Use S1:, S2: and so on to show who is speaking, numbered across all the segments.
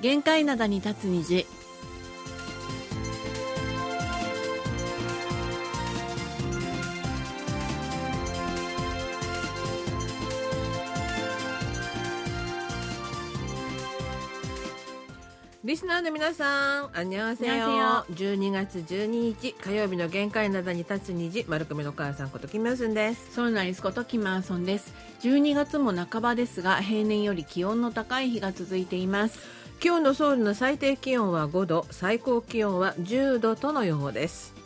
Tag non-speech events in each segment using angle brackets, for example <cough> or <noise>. S1: 限界灘に立つ虹
S2: リスナーの皆さん、あんにゃんせよ。12月12日火曜日の限界などに立つ虹、丸亀の母さんことキムヨスンです。
S1: ソルナリスことキマーソンです12月も半ばですが平年より気温の高い日が続いています
S2: 今日のソウルの最低気温は5度、最高気温は10度との予報です。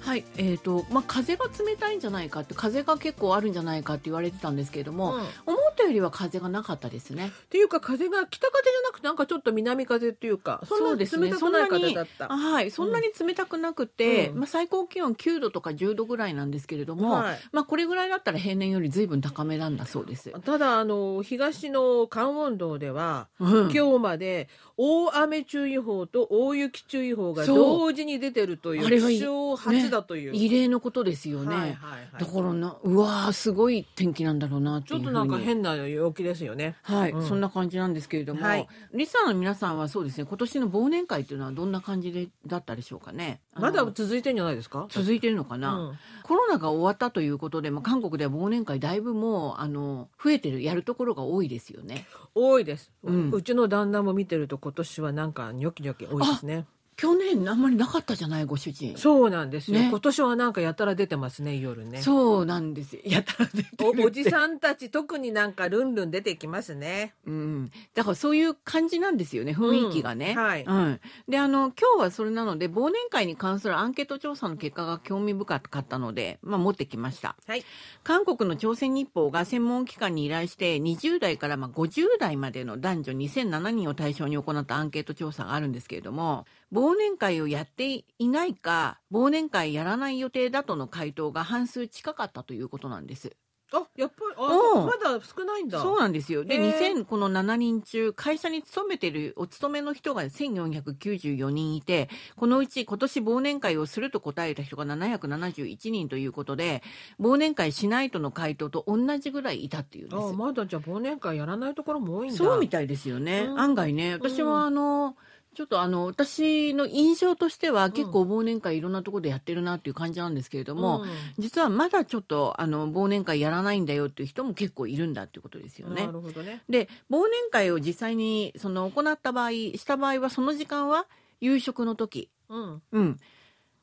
S1: はいえーとまあ、風が冷たいんじゃないかって風が結構あるんじゃないかって言われてたんですけれども、
S2: うん
S1: 思ったよりは風がなかったですね
S2: っていうか風が北風じゃなくてなんかちょっと南風っていうか、そんな
S1: う
S2: 冷
S1: ですね
S2: たくない
S1: そんな
S2: 風
S1: に
S2: だった。
S1: あはい、そんなに冷たくなくて、
S2: うん
S1: まあ、最高気温9度とか10度ぐらいなんですけれども、
S2: はい
S1: まあ、これぐらいだったら平年よりずいぶん高めなんだそうです。
S2: ただあの東の関温道では、
S1: うん
S2: 今日まで大雨注意報と大雪注意報が
S1: そう
S2: 同時に出てるとい
S1: あれ
S2: う
S1: はいい
S2: 気象初だという、
S1: 異例のことですよね。
S2: はいはいはい
S1: だからなうわーすごい天気なんだろうなって
S2: ち
S1: いう
S2: ょ
S1: ふ
S2: っ
S1: うに
S2: となんか変な陽気ですよね。
S1: はい、
S2: うん
S1: そんな感じなんですけれども、
S2: はい
S1: リスナーの皆さんはそうですね今年の忘年会というのはどんな感じでだったでしょうかねあの
S2: まだ続いてんじゃないですか。
S1: 続いてるのかな、
S2: うん
S1: コロナが終わったということで、まあ、韓国では忘年会だいぶもうあの増えてるやるところが多いですよね
S2: 多いです、う
S1: うん
S2: ちの旦那も見てると今年はなんかニョキニョキ多いですね。
S1: 去年あんまりなかったじゃないご主人
S2: そうなんですよ、
S1: ね
S2: 今年はなんかやたら出てますね夜ね。
S1: そうなんですよやたら出て
S2: お
S1: る
S2: おじさんたち特になんかルンルン出てきますね。
S1: うん、だからそういう感じなんですよね雰囲気がね。
S2: うんはい
S1: うんであの今日はそれなので忘年会に関するアンケート調査の結果が興味深かったので、まあ、持ってきました
S2: はい。
S1: 韓国の朝鮮日報が専門機関に依頼して20代からまあ50代までの男女2007人を対象に行ったアンケート調査があるんですけれども忘年会をやっていないか忘年会やらない予定だとの回答が半数近かったということなんです。
S2: あやっぱりあ
S1: うん
S2: まだ少ないんだ。
S1: そうなんですよ。で、
S2: へー
S1: 2000この7人中、会社に勤めてる、お勤めの人が1494人いて、このうち今年忘年会をすると答えた人が771人ということで、忘年会しないとの回答と同じぐらいいたっていうんで
S2: あまだじゃあ忘年会やらないところも多いん
S1: す。
S2: だ
S1: そうみたいですよね。
S2: うん
S1: 案外ね、私
S2: うん
S1: はあの、ちょっとあの私の印象としては結構忘年会いろんなところでやってるなっていう感じなんですけれども、
S2: う
S1: 実はまだちょっとあの忘年会やらないんだよっていう人も結構いるんだっていうことですよ
S2: ん
S1: ね
S2: な。るほどね
S1: で忘年会を実際にその行った場合した場合はその時間は夕食の時、
S2: うん
S1: うん、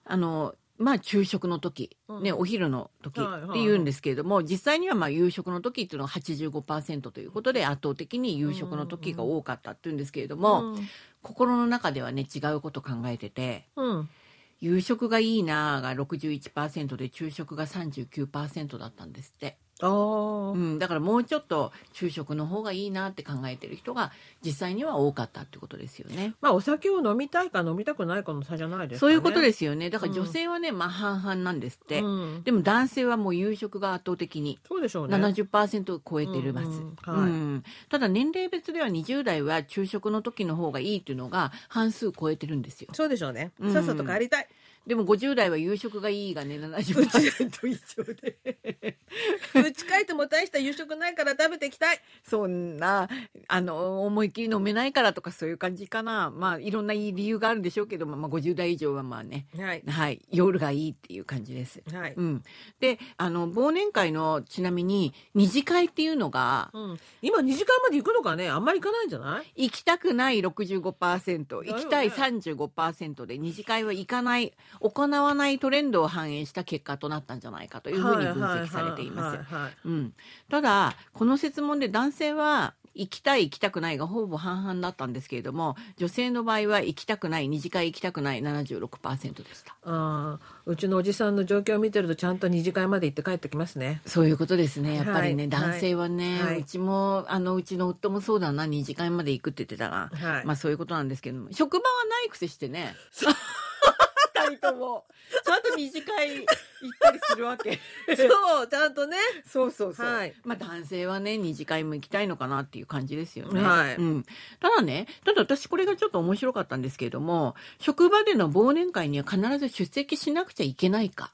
S1: あのまあ昼食の時、
S2: うん
S1: ねお昼の時
S2: はいはいはい
S1: っていうんですけれども、実際にはまあ夕食の時っていうのが85%ということで圧倒的に夕食の時が多かったっていうんですけれども、心の中ではね違うこと考えてて。
S2: うん
S1: 夕食がいいなーが61%で昼食が39%だったんですって。
S2: あー
S1: うん、だからもうちょっと昼食の方がいいなって考えてる人が実際には多かったってことですよね。
S2: まあお酒を飲みたいか飲みたくないかの差じゃないですか
S1: そう
S2: ね
S1: いうこと
S2: す
S1: ですよね。だから女性はね、まあ半々なんですって、
S2: うん
S1: でも男性はもう夕食が圧倒的に
S2: そうでしょうね
S1: 70%を超えています、
S2: うんうんはい
S1: うんただ年齢別では20代は昼食の時の方がいいっていうのが半数超えてるんですよ。
S2: そうでしょうね
S1: うん
S2: さっさと帰りたい
S1: でも50代は夕食がいいがね70%。
S2: うち以上で <laughs> うち帰っても大した夕食ないから食べてきたい
S1: <laughs> そんな、あの、思いっきり飲めないからとかそういう感じかな。まあ、いろんないい理由があるんでしょうけど、まあ、50代以上はまあね、
S2: はい
S1: はい、夜がいいっていう感じです。
S2: はい、
S1: うん。で、あの、忘年会の、ちなみに、二次会っていうのが、
S2: うん、今二時間まで行くのかねあんまり行かないんじゃない
S1: 行きたくない65%、
S2: だよ
S1: 行
S2: ね
S1: きたい35%で、二次会は行かない、行わないトレンドを反映した結果となったんじゃないかというふうに分析されています。
S2: はいはいはいはい
S1: うん、ただこの設問で男性は行きたい行きたくないがほぼ半々だったんですけれども女性の場合は行きたくない二次会行きたくない76%でした
S2: ああうちのおじさんの状況を見てるとちゃんと二次会まで行って帰ってきますね
S1: そういうことですねやっぱりね、
S2: はい
S1: 男性はね、
S2: はいう
S1: ちもあのうちの夫もそうだな二次会まで行くって言ってたら、
S2: はい
S1: まあそういうことなんですけども職場はないくせしてね二人ともちゃんと二次会行ったりするわけ
S2: そう、ちゃんとね。
S1: <laughs> そうそうそう。
S2: はい
S1: まあ男性はね、二次会も行きたいのかなっていう感じですよね。
S2: はい
S1: うん。ただね、ただ私これがちょっと面白かったんですけれども、職場での忘年会には必ず出席しなくちゃいけないか、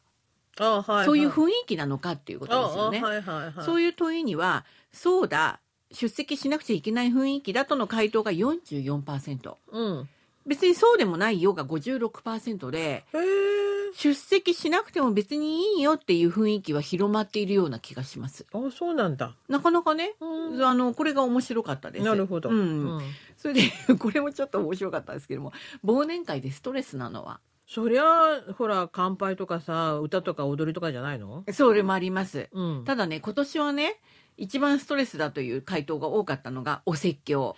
S2: あはい
S1: そういう雰囲気なのかっていうことですよね。
S2: はいはいはい。
S1: そういう問いには、そうだ、出席しなくちゃいけない雰囲気だとの回答が44%
S2: うん。
S1: 別にそうでもないよが56%で
S2: へえ。
S1: 出席しなくても別にいいよっていう雰囲気は広まっているような気がします
S2: あ、そうなんだ。
S1: なかなかね
S2: うん
S1: あのこれが面白かったです
S2: なるほど。
S1: うん
S2: うん
S1: それでこれもちょっと面白かったんですけども忘年会でストレスなのは
S2: そりゃあほら乾杯とかさ歌とか踊りとかじゃないの？
S1: それもあります
S2: うん。
S1: ただね今年はね一番ストレスだという回答が多かったのがお説
S2: <laughs>
S1: 教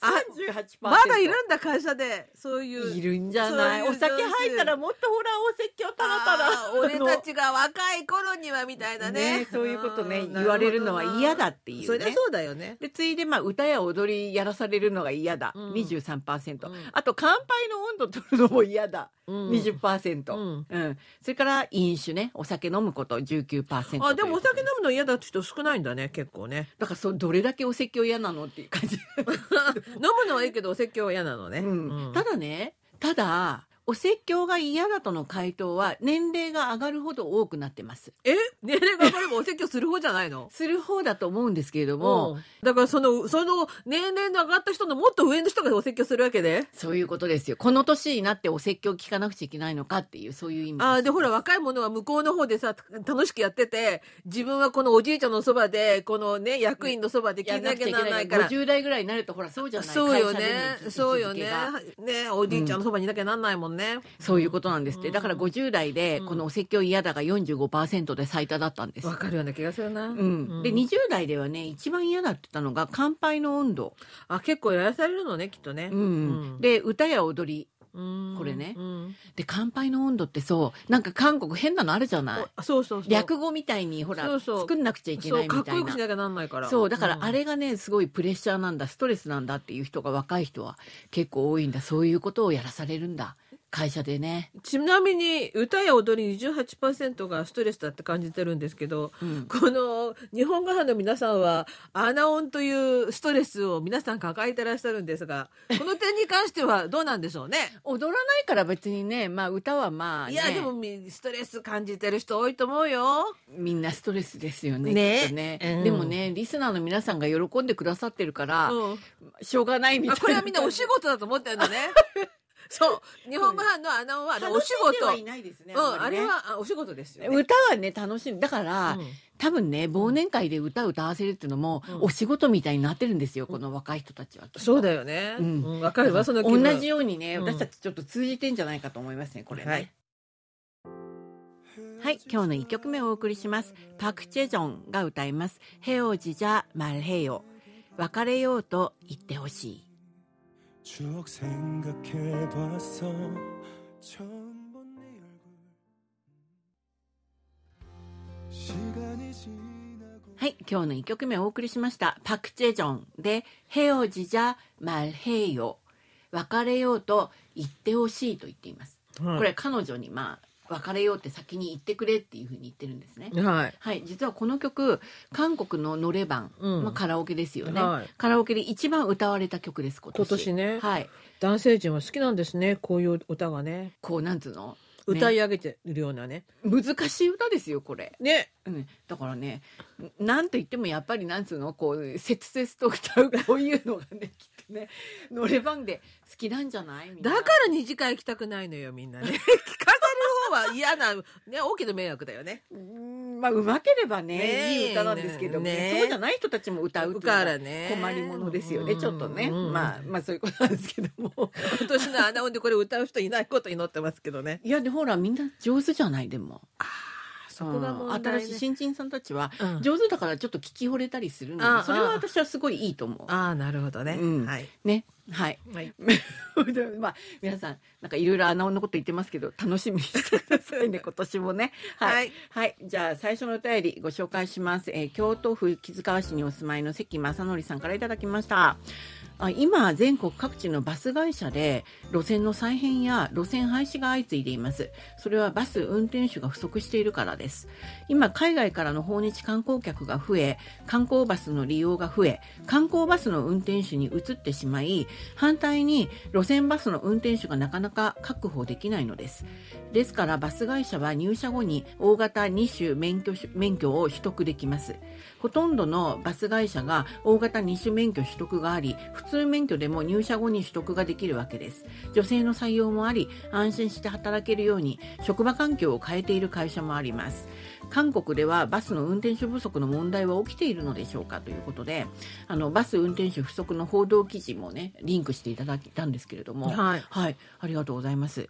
S1: 38%
S2: まだいるんだ会社でそういう。
S1: いるんじゃない
S2: そういう
S1: お酒入ったらもっとほらお説教たらたら
S2: あー俺たちが若い頃にはみたいなね。
S1: ねそういうことね
S2: あー
S1: 言われるのは嫌。だって
S2: ないるほ
S1: う
S2: どなそりゃ
S1: ね
S2: そうだよね。
S1: でついでまあ歌や踊りやらされるのが嫌だ、
S2: うん
S1: 23%、
S2: うん
S1: あと乾杯の温度取るのも嫌だ、
S2: うん
S1: 20%、
S2: うん
S1: うん、それから飲酒ねお酒飲むこと19%
S2: あでもお酒
S1: とい
S2: 飲
S1: うことで
S2: むの嫌だって人少ないんだね結構ね。
S1: だからそうどれだけお説教嫌なのっていう感じ、
S2: <laughs> 飲むのはいいけどお説教は嫌なのね。
S1: うん
S2: うん
S1: ただねただお説教が嫌だとの回答は年齢が上がるほど多くなってます
S2: え年齢が上がればお説教する方じゃないの？
S1: する方だと思うんですけれども、
S2: うんだからそのその年齢の上がった人のもっと上の人がお説教するわけで。
S1: そういうことですよこの年になってお説教聞かなくちゃいけないのかっていうそういう意味
S2: あーでほら若い者は向こうの方でさ楽しくやってて自分はこのおじいちゃんのそばでこのね役員のそばで聞いなきゃならないから。
S1: 50代ぐらいになるとほらそうじゃない
S2: そうよね
S1: 会社での位置づけが
S2: そうよねねおじいちゃんのそばにいなきゃなんないもんね
S1: そういうことなんですって、
S2: うん
S1: だから50代で
S2: うん
S1: このお説教嫌だが45%で最多だったんです
S2: わ、かるような気がするな、
S1: うん、で20代ではね一番嫌だって言ったのが乾杯の温度、
S2: あ結構やらされるのねきっとね、
S1: うん
S2: うん
S1: で歌や踊り
S2: うん
S1: これね
S2: うん
S1: で乾杯の温度ってそうなんか韓国変なのあるじゃない
S2: あそうそうそう
S1: 略語みたいにほら
S2: そうそう
S1: 作んなくちゃいけ
S2: そ
S1: な
S2: う
S1: い
S2: か
S1: み
S2: っこ
S1: たい
S2: よく
S1: な
S2: しなきゃなんないから
S1: そうだから
S2: ん
S1: あれがねすごいプレッシャーなんだストレスなんだっていう人が若い人は結構多いんだそういうことをやらされるんだ会社でね、
S2: ちなみに歌や踊り28%がストレスだって感じてるんですけど
S1: うん、
S2: この日本画派の皆さんはアナオンというストレスを皆さん抱えてらっしゃるんですがこの点に関してはどうなんでしょうね
S1: 踊らないから別にねまあ歌はまあ、ね、
S2: いやでもみストレス感じてる人多いと思うよ
S1: みんなストレスですよね
S2: ね
S1: きっとね、
S2: うん
S1: でもねリスナーの皆さんが喜んでくださってるから、
S2: うん
S1: しょうがないみたいな
S2: あこれはみんなお仕事だと思ってるのね
S1: <laughs>
S2: そう日本語派のアナウンはあれお仕
S1: 楽しんで
S2: 事
S1: はいないですね
S2: うん
S1: あん
S2: あ
S1: まりね
S2: れはあお仕事ですよ、ね、
S1: 歌はね楽しんだから、
S2: うん
S1: 多分ね忘年会で歌歌わせるっていうのも、
S2: うん
S1: お仕事みたいになってるんですよこの若い人たちは、
S2: そうだよね、
S1: うん
S2: うんわかるわその気
S1: 同
S2: 分
S1: じようにね
S2: うん
S1: 私たちちょっと通じてんじゃないかと思いますねこれね
S2: は
S1: はいい、今日の1曲目をお送りしますパク・チェジョンが歌います「ヘオジジャ・マルヘヨ」「別れようと言ってほしい」
S3: 추억 생각해봤어 처음 본 네 얼굴 시간이 지나고
S1: はい今日の1曲目をお送りしましたパク・チェジョンで「ヘオジジャ・マルヘヨ」「別れようと言ってほしい」と言っています、
S2: はい
S1: これは彼女にまあ別れようって先に言ってくれっていうふうに言ってるんですね、
S2: はい
S1: はい、実はこの曲韓国のノレ版、
S2: うん
S1: まあ、カラオケですよね、
S2: はい
S1: カラオケで一番歌われた曲です今年
S2: 今年ね
S1: はい
S2: 男性陣は好きなんですねこういう歌がね
S1: こうなんつうの、ね
S2: 歌い上げてるようなね
S1: 難しい歌ですよこれ、
S2: ね
S1: うん、だからねなんと言ってもやっぱりなんつうのこう切々と歌う <laughs> こういうのがねきっとねノレ版で好きなんじゃないみん
S2: だ
S1: な
S2: から二次会行きたくないのよみんなね <laughs> 聞かせる方は嫌なね大きな迷惑だよね
S1: うんまあうまければね
S2: ね
S1: い
S2: え
S1: い歌なんですけどね
S2: ねえ
S1: そうじゃない人たちも歌うっていうのは
S2: からね
S1: 困りものですよね、
S2: うん
S1: ちょっとね、
S2: うん
S1: まあまあそういうことなんですけども
S2: 今年のアナウンでこれ歌う人いないこと祈ってますけどね
S1: いやでほらみんな上手じゃないでも。
S2: そこが問題
S1: う
S2: ね
S1: ん新しい新人さんたちは
S2: うん
S1: 上手だからちょっと聞き惚れたりするので、
S2: ああ
S1: それは私はすごいいいと思う。
S2: ああなるほどね、
S1: うん
S2: はい、
S1: ね、はい。
S2: はい、
S1: <laughs> まあ皆さんなんかいろいろ穴のこと言ってますけど楽しみにしてくださいね今年もね。はい。
S2: は
S1: はいい、じゃあ最初のお便りご紹介します。えー京都府木津川市にお住まいの関正則さんからいただきました。あ今全国各地のバス会社で路線の再編や路線廃止が相次いでいますそれはバス運転手が不足しているからです今海外からの訪日観光客が増え観光バスの利用が増え観光バスの運転手に移ってしまい反対に路線バスの運転手がなかなか確保できないのですですからバス会社は入社後に大型2種免許し免許を取得できますほとんどのバス会社が大型2種免許取得があり普通免許でも入社後に取得ができるわけです女性の採用もあり安心して働けるように職場環境を変えている会社もあります韓国ではバスの運転手不足の問題は起きているのでしょうかということであのバス運転手不足の報道記事もねリンクしていただいたんですけれども
S2: はい
S1: はい、ありがとうございます。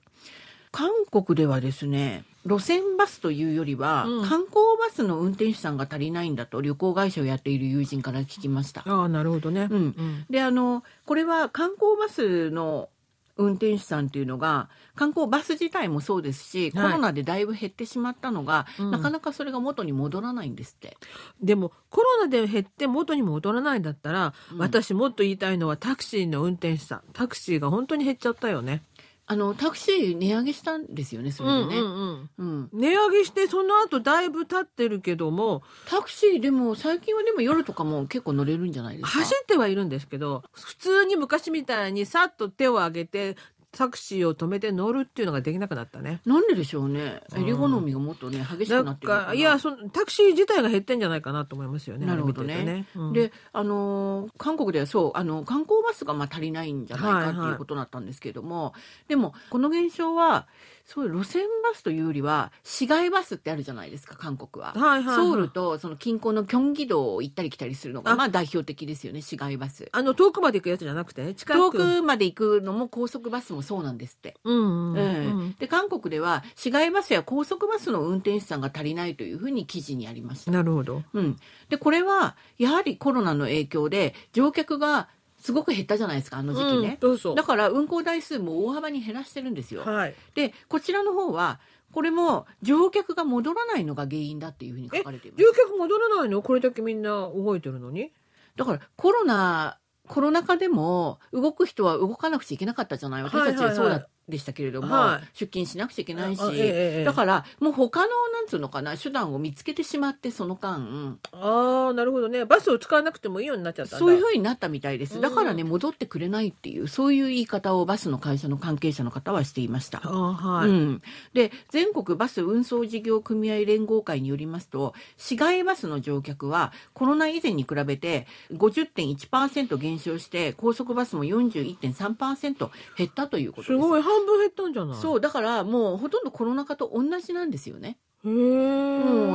S1: 韓国ではですね、路線バスというよりは、
S2: うん
S1: 観光バスの運転手さんが足りないんだと旅行会社をやっている友人から聞きました。
S2: ああなるほどね
S1: うん
S2: うん
S1: で、あの、これは観光バスの運転手さんっていうのが、観光バス自体もそうですし、コ
S2: はい
S1: ロナでだいぶ減ってしまったのが、
S2: うん
S1: なかなかそれが元に戻らないんですって。
S2: でもコロナで減って元に戻らないんだったら、
S1: うん
S2: 私もっと言いたいのはタクシーの運転手さんタクシーが本当に減っちゃったよね。
S1: あの、タクシー値上げしたんですよね、それでね。
S2: うんうんうん
S1: うん
S2: 値上げしてその後だいぶ経ってるけども
S1: タクシーでも最近はでも夜とかも結構乗れるんじゃないですか
S2: 走ってはいるんですけど普通に昔みたいにさっと手を挙げてタクシーを止めて乗るっていうのができなくなったね。
S1: なんででしょうね。
S2: うん
S1: 襟好みがもっとね、激しく
S2: だ
S1: なってるのかな。
S2: からいやそのタクシー自体が減ってんじゃないかなと思いますよね。
S1: なるほどね
S2: あれ見てるとねうん
S1: で、あのー韓国ではそう、あの、観光バスがまあ足りないんじゃないかっていうことだったんですけれども、でも、この現象は、そういう路線バスというよりは、市街バスってあるじゃないですか、韓国は。
S2: はいはいはい
S1: ソウルとその近郊のキョンギ道を行ったり来たりするのが、
S2: あ
S1: まあ代表的ですよね、市街バス。
S2: あの遠くまで行くやつじゃなくてね近
S1: 遠
S2: く
S1: くまで行くのも高速バスもそうなんですって。
S2: うんうん
S1: うんで、韓国では、市街バスや高速バスの運転手さんが足りないというふうに記事にありました
S2: うん、。なるほど。
S1: うん、でこれはやはりコロナの影響で乗客がすごく減ったじゃないですかあの時期
S2: うん
S1: ね、
S2: どうぞ
S1: だから運行台数も大幅に減らしてるんですよ、
S2: はい。
S1: でこちらの方はこれも乗客が戻らないのが原因だっていうふうに書かれています
S2: 乗客戻らないのこれだけみんな動いてるのに。
S1: だからコロナコロナ禍でも動く人は動かなくちゃいけなかったじゃない私たち
S2: はい
S1: は
S2: はい
S1: そ
S2: は
S1: う
S2: い
S1: だでしたけれども、
S2: はい
S1: 出勤しなくちゃいけないし、
S2: あええええ
S1: だからもう他のなんつうのかな手段を見つけてしまってその間
S2: ああ、なるほどね。バスを使わなくてもいいようになっちゃったんだ。
S1: そういうふうになったみたいです。だからね、
S2: う
S1: 戻ってくれないっていう、そういう言い方をバスの会社の関係者の方はしていました。
S2: あーは
S1: う
S2: い。
S1: ん、で全国バス運送事業組合連合会によりますと市街バスの乗客はコロナ以前に比べて50.1%減少して高速バスも41.3%減ったということです
S2: すごい、半分減ったんじゃない
S1: そうだからもうほとんどコロナ禍と同じなんですよね、
S2: う。へ
S1: う
S2: え。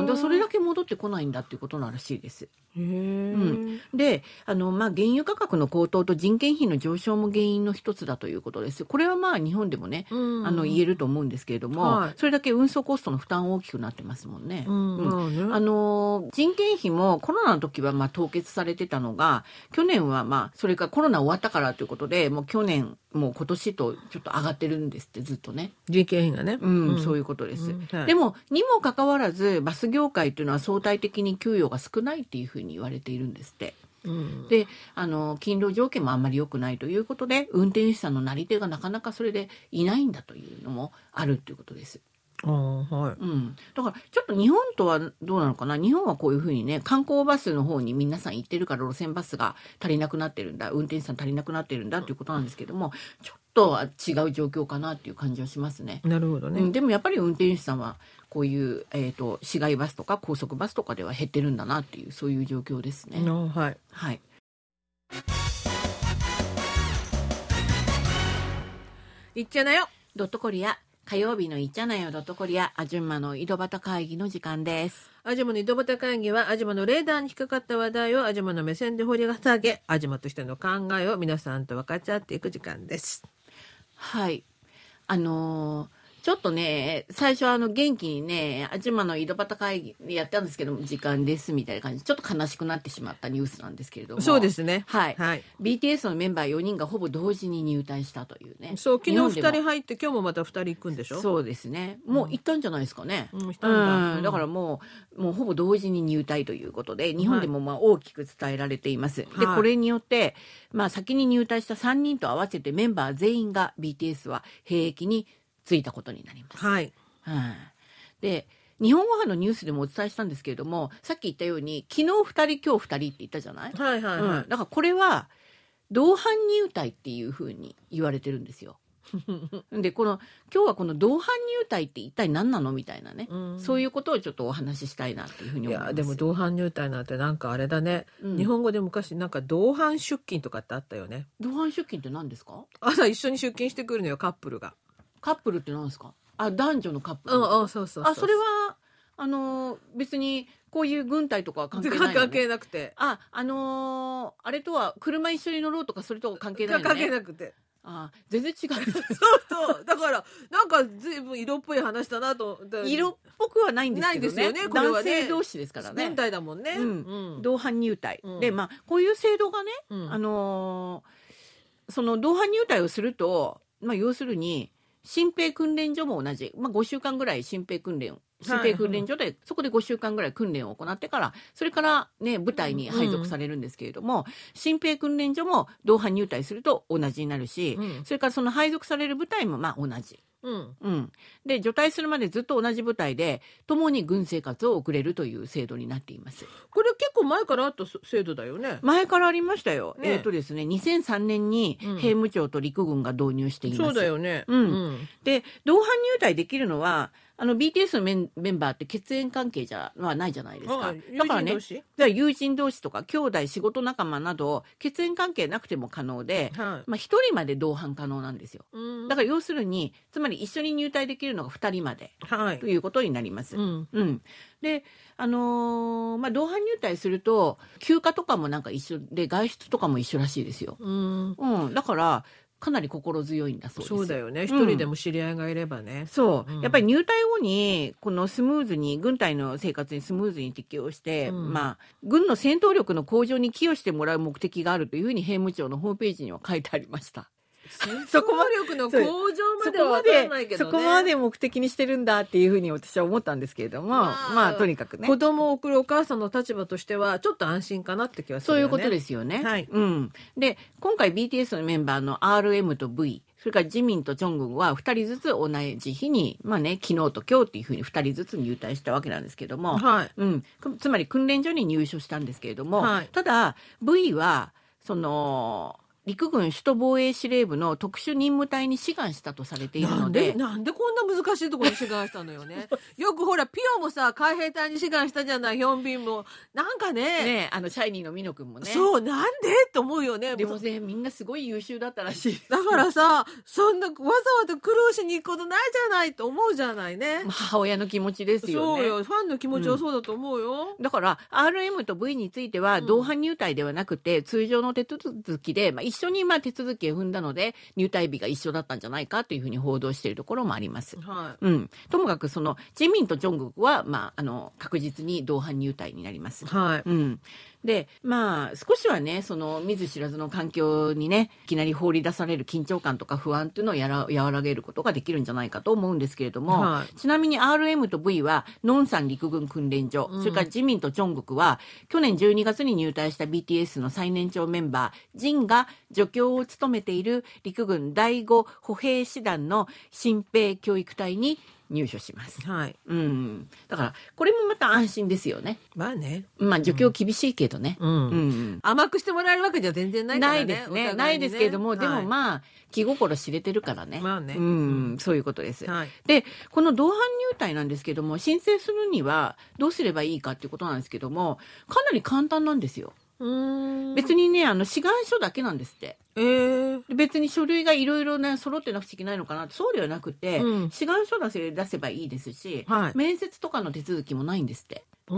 S1: ん、だからそれだけ戻ってこないんだっていうことならしいです
S2: へえ。
S1: んであの、まあ、原油価格の高騰と人件費の上昇も原因の一つだということです。これはまあ日本でもね、
S2: うん
S1: あの言えると思うんですけれども、
S2: はい
S1: それだけ運送コストの負担大きくなってますもんね。
S2: うん。
S1: うん
S2: ま
S1: あ
S2: あね
S1: の人件費もコロナの時はまあ凍結されてたのが去年はまあそれからコロナ終わったからということでもう去年もう今年とちょっと上がってるんですってずっとね、
S2: 人件費がね。
S1: うんそういううことです、
S2: んはい
S1: でもにもかかわらずバス業界というのは相対的に給与が少ないっていうふうに言われているんですって
S2: うん
S1: であの勤労条件もあんまり良くないということで運転手さんのなり手がなかなかそれでいないんだというのもあるということです、
S2: あーはい。
S1: うん、だからちょっと日本とはどうなのかな日本はこういうふうにね観光バスの方に皆さん行ってるから路線バスが足りなくなってるんだ運転手さん足りなくなってるんだということなんですけどもちょっとは違う状況かなっていう感じはしますね。
S2: なるほど
S1: う
S2: ね
S1: ん、。でもやっぱり運転手さんはこういう、えー、と市街バスとか高速バスとかでは減ってるんだなっていうそういう状況ですね。
S2: のはい。
S1: はい、
S2: いっちゃなよ。
S1: ドットコリア火曜日のいっちゃなよドットコリアアジュンマの井戸端会議の時間です。
S2: アジマの井戸端会議はアジマのレーダーに引っかかった話題をアジマの目線で掘り下げアジマとしての考えを皆さんと分かち合っていく時間です。
S1: はいあのーちょっとね、最初はあの元気にね、あじまの井戸端会議やったんですけども、時間ですみたいな感じで、ちょっと悲しくなってしまったニュースなんですけれども。。
S2: そうですすね。
S1: はい。
S2: はい。
S1: BTS のメンバー4人がほぼ同時に入隊したというね。
S2: そう、昨
S1: 日
S2: 日二
S1: 本で
S2: 人
S1: も
S2: 入って、今日もまた二人行くんでしょ
S1: そうですね。もう行ったんじゃないですかね。
S2: うん。うん、行ったんだ。
S1: うん、だからもうもうほぼ同時に入隊ということで日本でもまあ大きく伝えられています、で
S2: はい
S1: これによって、まあ、先に入隊した3人と合わせてメンバー全員が BTS は兵役に就いたことになります。
S2: はい。
S1: はいで日本語派のニュースでもお伝えしたんですけれどもさっき言ったように昨日2人今日2人って言ったじゃない、
S2: はいはい
S1: う
S2: は
S1: ん、だからこれは同伴入隊っていうふうに言われてるんですよ。でこの今日はこの同伴入隊って一体何なのみたいなね、
S2: い。
S1: そう
S2: い
S1: いうことをちょっとお話ししたいなっていうふうに
S2: い
S1: 思います。
S2: や、でも同伴入隊なんてなんかあれだね。
S1: うん
S2: 日本語で昔なんか同伴出勤とかってあったよね。
S1: 同伴出勤って何ですか？
S2: 朝一緒に出勤してくるのよ、カップルが。
S1: カップルって何ですか？あ、男女のカップル。
S2: うんうん、そうそうう
S1: あ、それはあのー別にこういう軍隊とかは関係ない、ね。
S2: 関係なくて。
S1: あ、あのーあれとは車一緒に乗ろうとかそれとは関係ないのね。
S2: 関係なくて。
S1: あ、全然違 <laughs> う。
S2: そうそう。だから、なんか随分色っぽい話だなと思って。
S1: 色っぽくはないんですけどね。
S2: ないですよねこれはね
S1: 男性同士ですからね
S2: 軍。隊だもんね。
S1: うん
S2: うん
S1: 同伴入隊、
S2: うん
S1: でまあこういう制度がね、
S2: うん
S1: あのーその同伴入隊をすると、まあ、要するに新兵訓練所も同じ、まあ、5週間ぐらい新兵訓練を新兵訓練所で、そこで5週間ぐらい訓練を行ってからそれから、ね、部隊に配属されるんですけれども、新兵訓練所も同伴入隊すると同じになるし、
S2: うん
S1: それからその配属される部隊もまあ同じ、
S2: うん。
S1: うん、で除隊するまでずっと同じ部隊で共に軍生活を送れるという制度になっています。
S2: これ結構前からあった制度だよね。
S1: 前からありましたよ。
S2: ね
S1: えっ、とですね、2003年に
S2: うん
S1: 兵務庁と陸軍が導入しています。
S2: そうだよね。
S1: うん
S2: うん
S1: で、同伴入隊できるのは、あの BTS のメンメンバーって血縁関係じゃ、まあ、ないじゃないです
S2: あ
S1: か。だ
S2: 友
S1: から
S2: 人
S1: ね
S2: 同、士
S1: じゃあ友人同士とか兄弟仕事仲間など血縁関係なくても可能で、
S2: は
S1: まあ一人まで同伴可能なんですよ。
S2: い。うん
S1: だから要するに、つまり一緒に入隊できるのが二人まで
S2: はい
S1: と。いうことになります。
S2: うん。
S1: うん、で、あのーまあ、同伴入隊すると休暇とかもなんか一緒で外出とかも一緒らしいですよ、
S2: うん。
S1: うん、だからかなり心強いんだそうです
S2: そうだよね。一人でも知り合いがいればね。
S1: そう、
S2: うん
S1: やっぱり入隊後にこのスムーズに軍隊の生活にスムーズに適応して、
S2: うん
S1: まあ、軍の戦闘力の向上に寄与してもらう目的があるというふうに兵務庁のホームページには書いてありました
S2: そこまで力の向上ま
S1: そ
S2: では
S1: こま
S2: わから
S1: で
S2: ないけど
S1: そ
S2: ね。
S1: こまで目的にしてるんだっていうふうに私は思ったんですけれども、
S2: まあ
S1: まあとにかくね
S2: 子供を送るお母さんの立場としてはちょっと安心かなって気がす
S1: そう
S2: る
S1: い
S2: よ
S1: う
S2: ね。
S1: ことですよね。
S2: はい
S1: うん。で、今回 BTS のメンバーの RM と V、それからジミンとジョングンは2人ずつ同じ日に、まあね、昨日と今日っていうふうに2人ずつ入隊したわけなんですけども、
S2: はい。
S1: うん。くつまり訓練所に入所したんですけれども、
S2: はい
S1: ただ、V は、その、陸軍首都防衛司令部の特殊任務隊に志願したとされている
S2: な
S1: の
S2: ん
S1: で、
S2: でなんでこんな難しいところに志願したのよね。よくほらピオもさ海兵隊に志願したじゃないヒョンビンもなんかね
S1: ね、あの、シャイニーのミノ君もね。
S2: そうなんでと思うよね。
S1: でもね、みんなすごい優秀だったらしい。
S2: だからさそんなわざわざ苦労しに行くことないじゃないと思うじゃないね。
S1: <laughs> 母親の気持ちですよね。
S2: そうよファンの気持ちはそうだと思うよ。
S1: だから RM と V については
S2: ん
S1: 同伴入隊ではなくて、通常の手続きで、まあ、一緒にまあ手続きを踏んだので入隊日が一緒だったんじゃないかというふうに報道しているところもあります。
S2: は
S1: うん、ともかくそのジミンとジョングクは、まあ、あの確実に同伴入隊になります
S2: い。。はい。
S1: うん、でまあ少しはねその見ず知らずの環境にねいきなり放り出される緊張感とか不安っていうのをやら和らげることができるんじゃないかと思うんですけれども、
S2: は
S1: ちなみに RM と V はノンサン陸軍訓練所、
S2: うん
S1: それからジミンとチョングクは去年12月に入隊した BTS の最年長メンバージンが助教を務めている陸軍第5歩兵師団の新兵教育隊に入所します。
S2: はい。
S1: うん、だからこれもまた安心ですよね。
S2: まあね。
S1: まあ助教厳しいけどね。
S2: うん
S1: うん
S2: 甘くしてもらえるわけじゃ全然ないから
S1: な
S2: ね。
S1: いですね
S2: お互いに
S1: ないですけれども、で
S2: は
S1: も
S2: い
S1: まあ気心知れてるからね,、
S2: まあね
S1: うん、そういうことです、
S2: はい。
S1: でこの同伴入隊なんですけども申請するにはどうすればいいかっていうことなんですけどもかなり簡単なんですよ別
S2: に、
S1: にねあの志願書だけなんですって
S2: えー、
S1: で別に書類がいろいろね揃ってなくちゃいけないのかなってそうではなくて、
S2: うん
S1: 志願書出せ出せばいいですし、
S2: はい
S1: 面接とかの手続きもないんですって
S2: も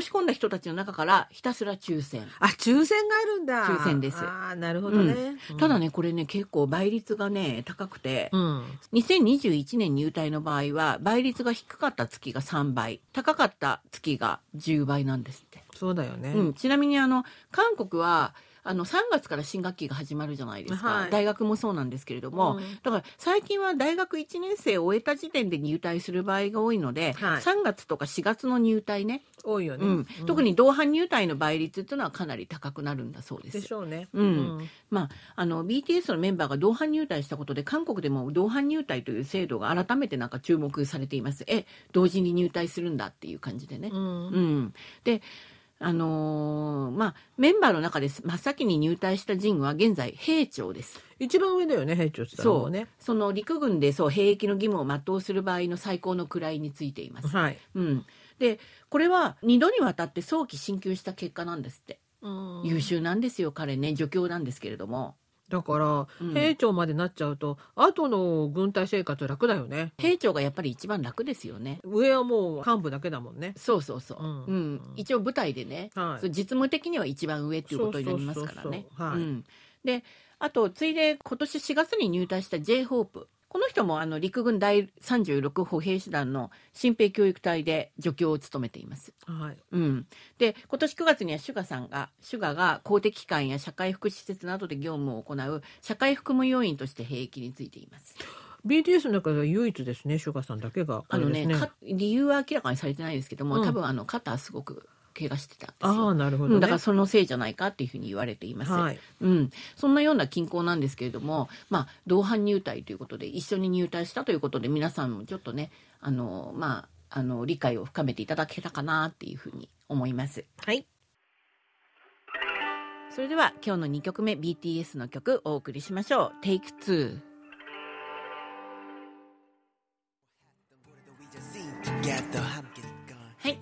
S1: 申し込んだ人たちの中からひたすら抽選
S2: あ抽選があるんだ
S1: 抽選です
S2: ああなるほどね、うん
S1: ただねこれね結構倍率がね高くて、
S2: うん
S1: 2021年入隊の場合は倍率が低かった月が3倍高かった月が10倍なんですって、
S2: そうだよね、
S1: うん、ちなみにあの韓国はあの3月から新学期が始まるじゃないですか、
S2: はい
S1: 大学もそうなんですけれども、
S2: うん
S1: だから最近は大学1年生を終えた時点で入隊する場合が多いので、
S2: はい
S1: 3月とか4月の入隊ね、
S2: 多いよね、
S1: うん、特に同伴入隊の倍率っていうのはかなり高くなるんだそうです。
S2: でしょうね、
S1: うんまあ、あの BTS のメンバーが同伴入隊したことで韓国でも同伴入隊という制度が改めてなんか注目されていますえ同時に入隊するんだっていう感じでね。
S2: うん
S1: うんであのーまあ、メンバーの中です真っ先に入隊した陣は現在兵長です
S2: 一番上だよね兵長って言ったらも
S1: そうう
S2: ね
S1: その陸軍でそう兵役の義務を全うする場合の最高の位についています、
S2: はい、
S1: うん、でこれは2度にわたって早期進級した結果なんですって優秀なんですよ彼ね助教なんですけれども
S2: だから、
S1: うん
S2: 兵長までなっちゃうと後の軍隊生活楽だよね
S1: 兵長がやっぱり一番楽ですよね。
S2: 上はもう幹部だけだもんね
S1: そうそうそう。
S2: う
S1: うんん。一応部隊でね、
S2: はい
S1: そう実務的には一番上っていうことになりますからね
S2: そうそう。そうそうはい
S1: ん。で、あとついで今年4月に入隊した J ホープ。この人もあの陸軍第36歩兵師団の新兵教育隊で助教を務めています。
S2: はい
S1: うん、で今年9月にはシュガさんがシュガが公的機関や社会福祉施設などで業務を行う社会服務要員として兵役についています。
S2: BTS の中では唯一ですねシュガさんだけが
S1: あ
S2: れ
S1: の
S2: で
S1: ね
S2: す
S1: か理由は明らかにされてないですけども、
S2: うん
S1: 多分あの肩すごく怪我してたんです
S2: あ
S1: よ
S2: あ。なるほ
S1: う
S2: ど
S1: んだか
S2: ね
S1: らそのせいじゃないかっていうふうに言われています、
S2: はい
S1: うん、そんなような均衡なんですけれども、まあ、同伴入隊ということで一緒に入隊したということで皆さんもちょっとねあの、まあ、あの理解を深めていただけたかなっていうふうに思います
S2: はい
S1: それでは今日の2曲目 BTS の曲お送りしましょう「Take2」はい、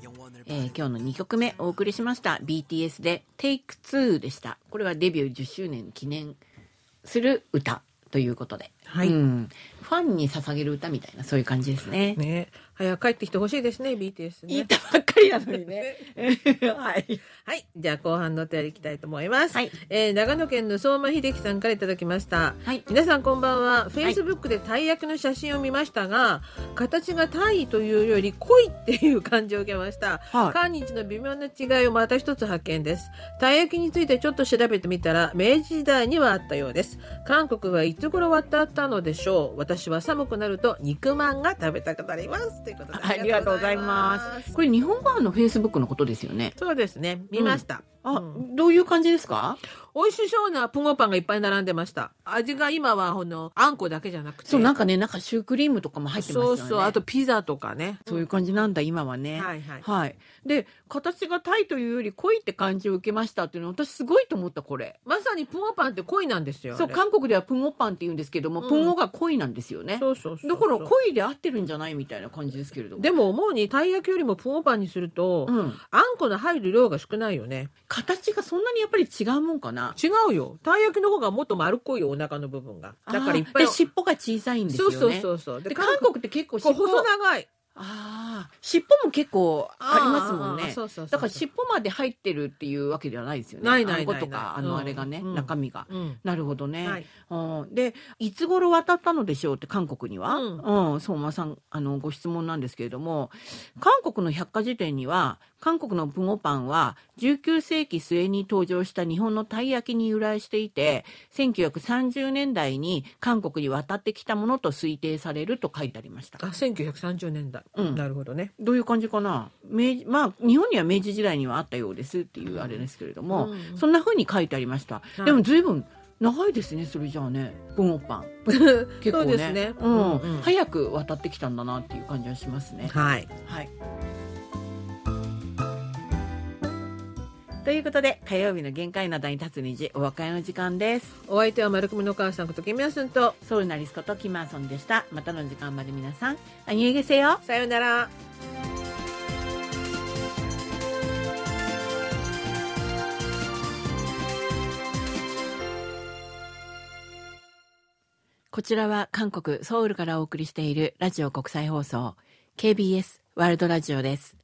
S1: えー今日の2曲目お送りしました BTS で「Take2」でしたこれはデビュー10周年記念する歌ということで、
S2: はい
S1: うんファンに捧げる歌みたいなそういう感じですね
S2: ね早く帰ってきてほしいですね BTS ね
S1: 言ったばっかりなのにねはい、
S2: <laughs> はいじゃあ後半のお便りいきたいと思います、
S1: はい
S2: えー長野県の相馬秀樹さんからいただきました
S1: はい、
S2: 皆さんこんばんは Facebook でたい焼きの写真を見ましたが、形がたいというより濃いっていう感じを受けました
S1: は
S2: 韓日の微妙な違いをまた一つ発見ですたい焼きについてちょっと調べてみたら明治時代にはあったようです韓国はいつ頃渡ったのでしょう私は寒くなると肉まんが食べたくなりますということで
S1: ありがとうございま
S2: ありがとうございます
S1: これ日本版のフェイスブックのことですよね
S2: そうですね見ました、
S1: あ、
S2: うん
S1: どういう感じですか
S2: 美味しそうなプゴパンがいっぱい並んでました味が今はこのあんこだけじゃなくて
S1: そうなんかねなんかシュークリームとかも入ってます
S2: そ
S1: よ
S2: う
S1: ね
S2: そうあとピザとかね
S1: そういう感じなんだ今はね
S2: はいはい
S1: で形がタイというより濃いって感じを受けましたっていうの私すごいと思ったこれ
S2: まさにプゴパンって恋なんですよ
S1: そう
S2: あれ
S1: 韓国ではプンオパンって言うんですけども、
S2: うん
S1: プンオが濃いなんですよね
S2: そうそうそう
S1: だから濃いで合ってるんじゃないみたいな感じですけれども
S2: でも思うにたい焼きよりもプゴパンにすると、
S1: うん、
S2: あんこの入る量が少ないよね
S1: 形がそんなにやっぱり違うもんかな
S2: 違うよたい焼きの方がもっと丸っこいよお腹の部分がだからいっぱい
S1: あーで尻尾が小さいんですよ
S2: そう
S1: ね
S2: そうそうそう
S1: で
S2: で
S1: 韓国って結構尻
S2: こ
S1: 尾
S2: う細長い
S1: ああ尻尾も結構ありますもん
S2: あーあー
S1: ね
S2: そうそうそう
S1: だから尻尾まで入ってるっていうわけではないですよね。
S2: ないないな
S1: あん
S2: いない
S1: ことかあ
S2: う
S1: の
S2: ん
S1: あれがね、
S2: うん
S1: 中身が。
S2: うん
S1: なるほどね、
S2: はい
S1: うんでいつ頃渡ったのでしょうって韓国には、
S2: う
S1: うん相馬さんあのご質問なんですけれども韓国の百科事典には韓国のプゴパンは19世紀末に登場した日本のたい焼きに由来していて1930年代に韓国に渡ってきたものと推定されると書いてありました
S2: あ。1930年代、
S1: うん
S2: なるほどね
S1: どういう感じかな明治まあ日本には明治時代にはあったようですっていうあれですけれども、
S2: うん
S1: そんな風に書いてありました、
S2: はい
S1: でも随分長いですねそれじゃあね文豪パン結構
S2: そう
S1: ね
S2: ですね
S1: うん
S2: うんうん
S1: 早く渡ってきたんだなっていう感じはしますね
S2: はい
S1: はいということで火曜日の限界などに立つ虹お別れの時間です
S2: お相手は丸組のお母さんことキミヤスンと
S1: ソウルナリスことキマーソンでしたまたの時間まで皆さんあにえげせよ
S2: さようなら
S1: こちらは韓国ソウルからお送りしているラジオ国際放送 KBS ワールドラジオです。